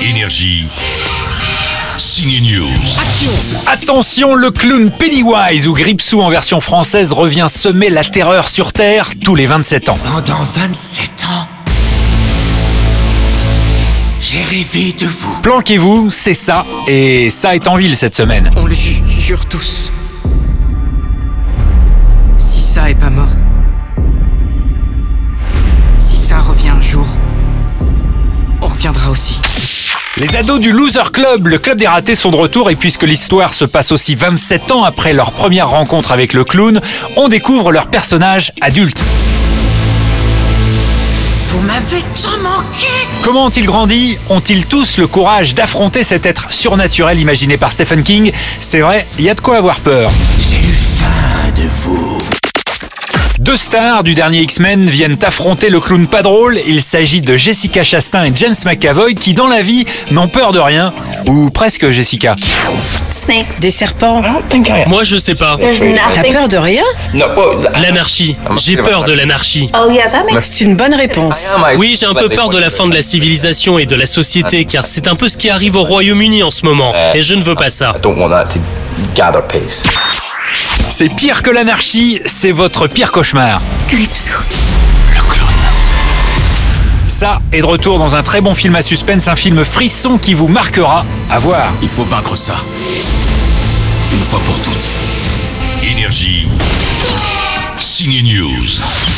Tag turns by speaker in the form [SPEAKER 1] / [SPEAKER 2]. [SPEAKER 1] Énergie. Signe News.
[SPEAKER 2] Attention, le clown Pennywise ou Gripsou en version française revient semer la terreur sur Terre tous les 27 ans.
[SPEAKER 3] Ah, Pendant 27 ans, j'ai rêvé de vous.
[SPEAKER 2] Planquez-vous, c'est ça, et ça est en ville cette semaine.
[SPEAKER 3] On le ju- jure tous. Si ça est pas mort, si ça revient un jour, on reviendra aussi.
[SPEAKER 2] Les ados du Loser Club, le club des ratés, sont de retour et puisque l'histoire se passe aussi 27 ans après leur première rencontre avec le clown, on découvre leur personnage adulte.
[SPEAKER 3] Vous m'avez tant manqué
[SPEAKER 2] Comment ont-ils grandi Ont-ils tous le courage d'affronter cet être surnaturel imaginé par Stephen King C'est vrai, il y a de quoi avoir peur.
[SPEAKER 3] J'ai eu faim de vous.
[SPEAKER 2] Deux stars du dernier X-Men viennent affronter le clown pas drôle. Il s'agit de Jessica Chastain et James McAvoy qui, dans la vie, n'ont peur de rien. Ou presque Jessica.
[SPEAKER 4] Snakes.
[SPEAKER 5] Des serpents.
[SPEAKER 6] Moi, je sais pas.
[SPEAKER 4] There's
[SPEAKER 5] T'as
[SPEAKER 4] nothing.
[SPEAKER 5] peur de rien
[SPEAKER 7] oh, bah,
[SPEAKER 6] L'anarchie.
[SPEAKER 7] ah,
[SPEAKER 6] J'ai peur de l'anarchie.
[SPEAKER 4] Oh yeah, that makes
[SPEAKER 5] C'est une bonne réponse.
[SPEAKER 6] Oui, j'ai un
[SPEAKER 7] Bah,
[SPEAKER 6] peu peur de la fin de la civilisation et de la société,
[SPEAKER 7] Ah.
[SPEAKER 6] car c'est un peu ce qui arrive au Royaume-Uni en ce moment, et je ne veux pas ça.
[SPEAKER 7] Euh, I don't want that to gather pace.
[SPEAKER 2] C'est pire que l'anarchie, c'est votre pire cauchemar.
[SPEAKER 4] Gripsou.
[SPEAKER 2] Ça est de retour dans un très bon film à suspense, un film frisson qui vous marquera. À voir.
[SPEAKER 1] Il faut vaincre ça. Une fois pour toutes. Énergie. Signe News.